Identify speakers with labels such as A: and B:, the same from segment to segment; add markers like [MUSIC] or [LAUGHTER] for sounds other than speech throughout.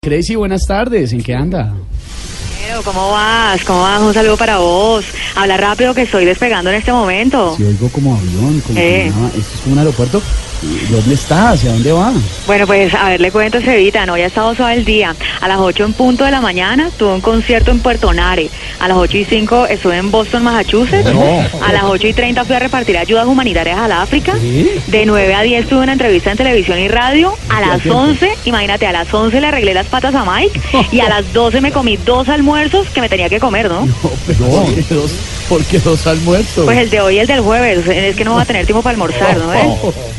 A: Crazy, buenas tardes. ¿En qué anda?
B: Pero, ¿Cómo vas? ¿Cómo vas? Un saludo para vos. Habla rápido que estoy despegando en este momento.
A: Si oigo como avión, como
B: Eh.
A: que nada, esto es como un aeropuerto. ¿Dónde está? ¿Hacia dónde va?
B: Bueno, pues a ver, le cuento, Cevita, ¿no? Ya ha estado suave el día. A las 8 en punto de la mañana tuve un concierto en Puerto Nare. A las 8 y 5 estuve en Boston, Massachusetts.
A: No.
B: A las 8 y 30 fui a repartir ayudas humanitarias al África.
A: ¿Sí?
B: De 9 a 10 tuve una entrevista en televisión y radio. A
A: Aquí a
B: las
A: tiempo.
B: 11, imagínate, a las 11 le arreglé las patas
A: [LAUGHS]
B: a Mike. Y a las 12 me comí dos almuerzos que me tenía que comer, ¿no?
A: No, pero ¿por qué dos, porque dos almuerzos.
B: Pues el de hoy y el del jueves. eh, Es que no va a tener tiempo para almorzar, ¿no ves?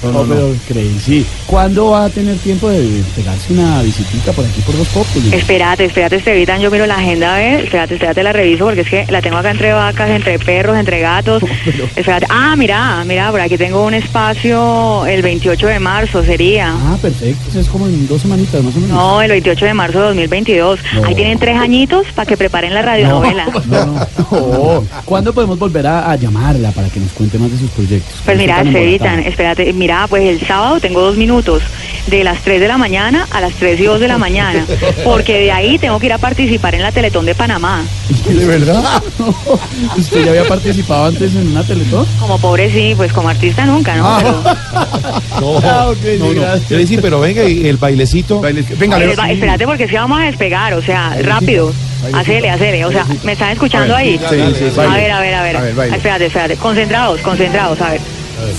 A: no, no, Oh, pero Crazy. ¿Cuándo va a tener tiempo de pegarse una visitita por aquí por los populares?
B: Espérate, espérate, Estevitan, yo miro la agenda, a ver, espérate, espérate, la reviso porque es que la tengo acá entre vacas, entre perros, entre
A: [LAUGHS]
B: gatos.
A: pero-
B: Espérate. Ah, mira, mira, por aquí tengo un espacio el 28 de marzo, sería.
A: Ah, perfecto. Eso es como en dos semanitas más o menos.
B: No, el 28 de marzo de 2022.
A: No.
B: Ahí tienen tres añitos para que preparen la radionovela.
A: [LAUGHS] No, no, no. ¿Cuándo podemos volver a, a llamarla para que nos cuente más de sus proyectos?
B: Pues mira,
A: Están
B: Estevitan,
A: embolatada.
B: espérate, mira, pues el sábado tengo dos minutos, de las 3 de la mañana a las 3 y 2 de la mañana, porque de ahí tengo que ir a participar en la Teletón de Panamá.
A: [LAUGHS] ¿De verdad? [LAUGHS] ¿Usted ya había participado antes en una teletón?
B: Como pobre sí, pues como artista nunca,
C: Ah,
B: ¿no? Pero-
C: No,
A: Ah, ok, sí,
C: no, no.
A: gracias.
C: Crazy, pero venga, y el bailecito. [LAUGHS] venga,
B: Oye, va- pues, espérate porque si vamos a despegar, o sea, rápido. Hacele, hacele, o sea, me están escuchando ahí.
C: sí, sí, sí,
B: a
C: baile.
B: ver, a ver, a ver.
C: A ver, baile.
B: espérate, espérate. Concentrados, concentrados, a ver.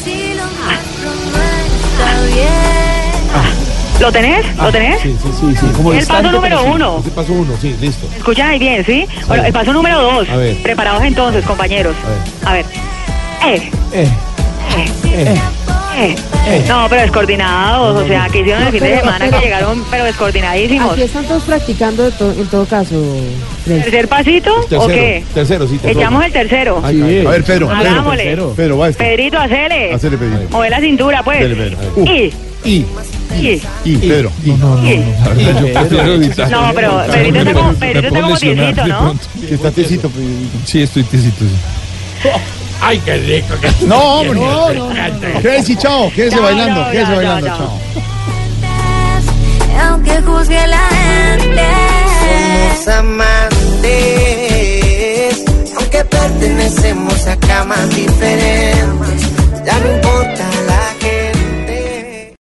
D: Si lo más romántica bien.
B: ¿Lo tenés? ¿Lo tenés?
C: Ah, Sí, sí, sí.
A: Sí, sí, como
B: El
A: distante,
B: paso número
A: pero sí.
B: uno.
C: Ese paso uno, sí, listo.
B: ¿Me escuchan ahí bien, sí? Bueno, el paso número dos.
C: A ver.
B: Preparados entonces, compañeros. A ver. Eh,
C: Eh,
B: eh,
C: eh.
B: eh. No, pero descoordinados, o sea, que hicieron el fin de
E: pero-
B: semana que
E: pero-
B: llegaron, pero descoordinadísimos.
E: Aquí están todos practicando de to- en todo caso. Grace.
B: ¿Tercer pasito
C: Tercero,
B: o qué?
C: tercero, sí, tercero.
B: Echamos el tercero.
C: Ay,
A: Sí.
C: A ver, Pedro.
B: Hagámosle.
C: Pedro, va este.
B: Pedrito, hacele.
C: Hacele, Pedro.
B: Mueve la cintura, pues.
C: Dele, Pedro, a
B: Y,
C: Y,
B: y,
C: y, Pedro. Y.
B: y.
C: La verdad, yo prefiero evitar.
B: No, pero Pedrito está como, Pedrito está como tiesito, ¿no?
C: Que está tecito, pues. Sí, estoy tecito, sí.
F: Ay, qué rico.
C: No, hombre. No, Crazy, chao. Quédese
B: Chao,
C: bailando,
B: chao,
C: quédese
B: chao,
C: bailando,
B: chao,
C: chao.
D: Aunque juzgue la gente.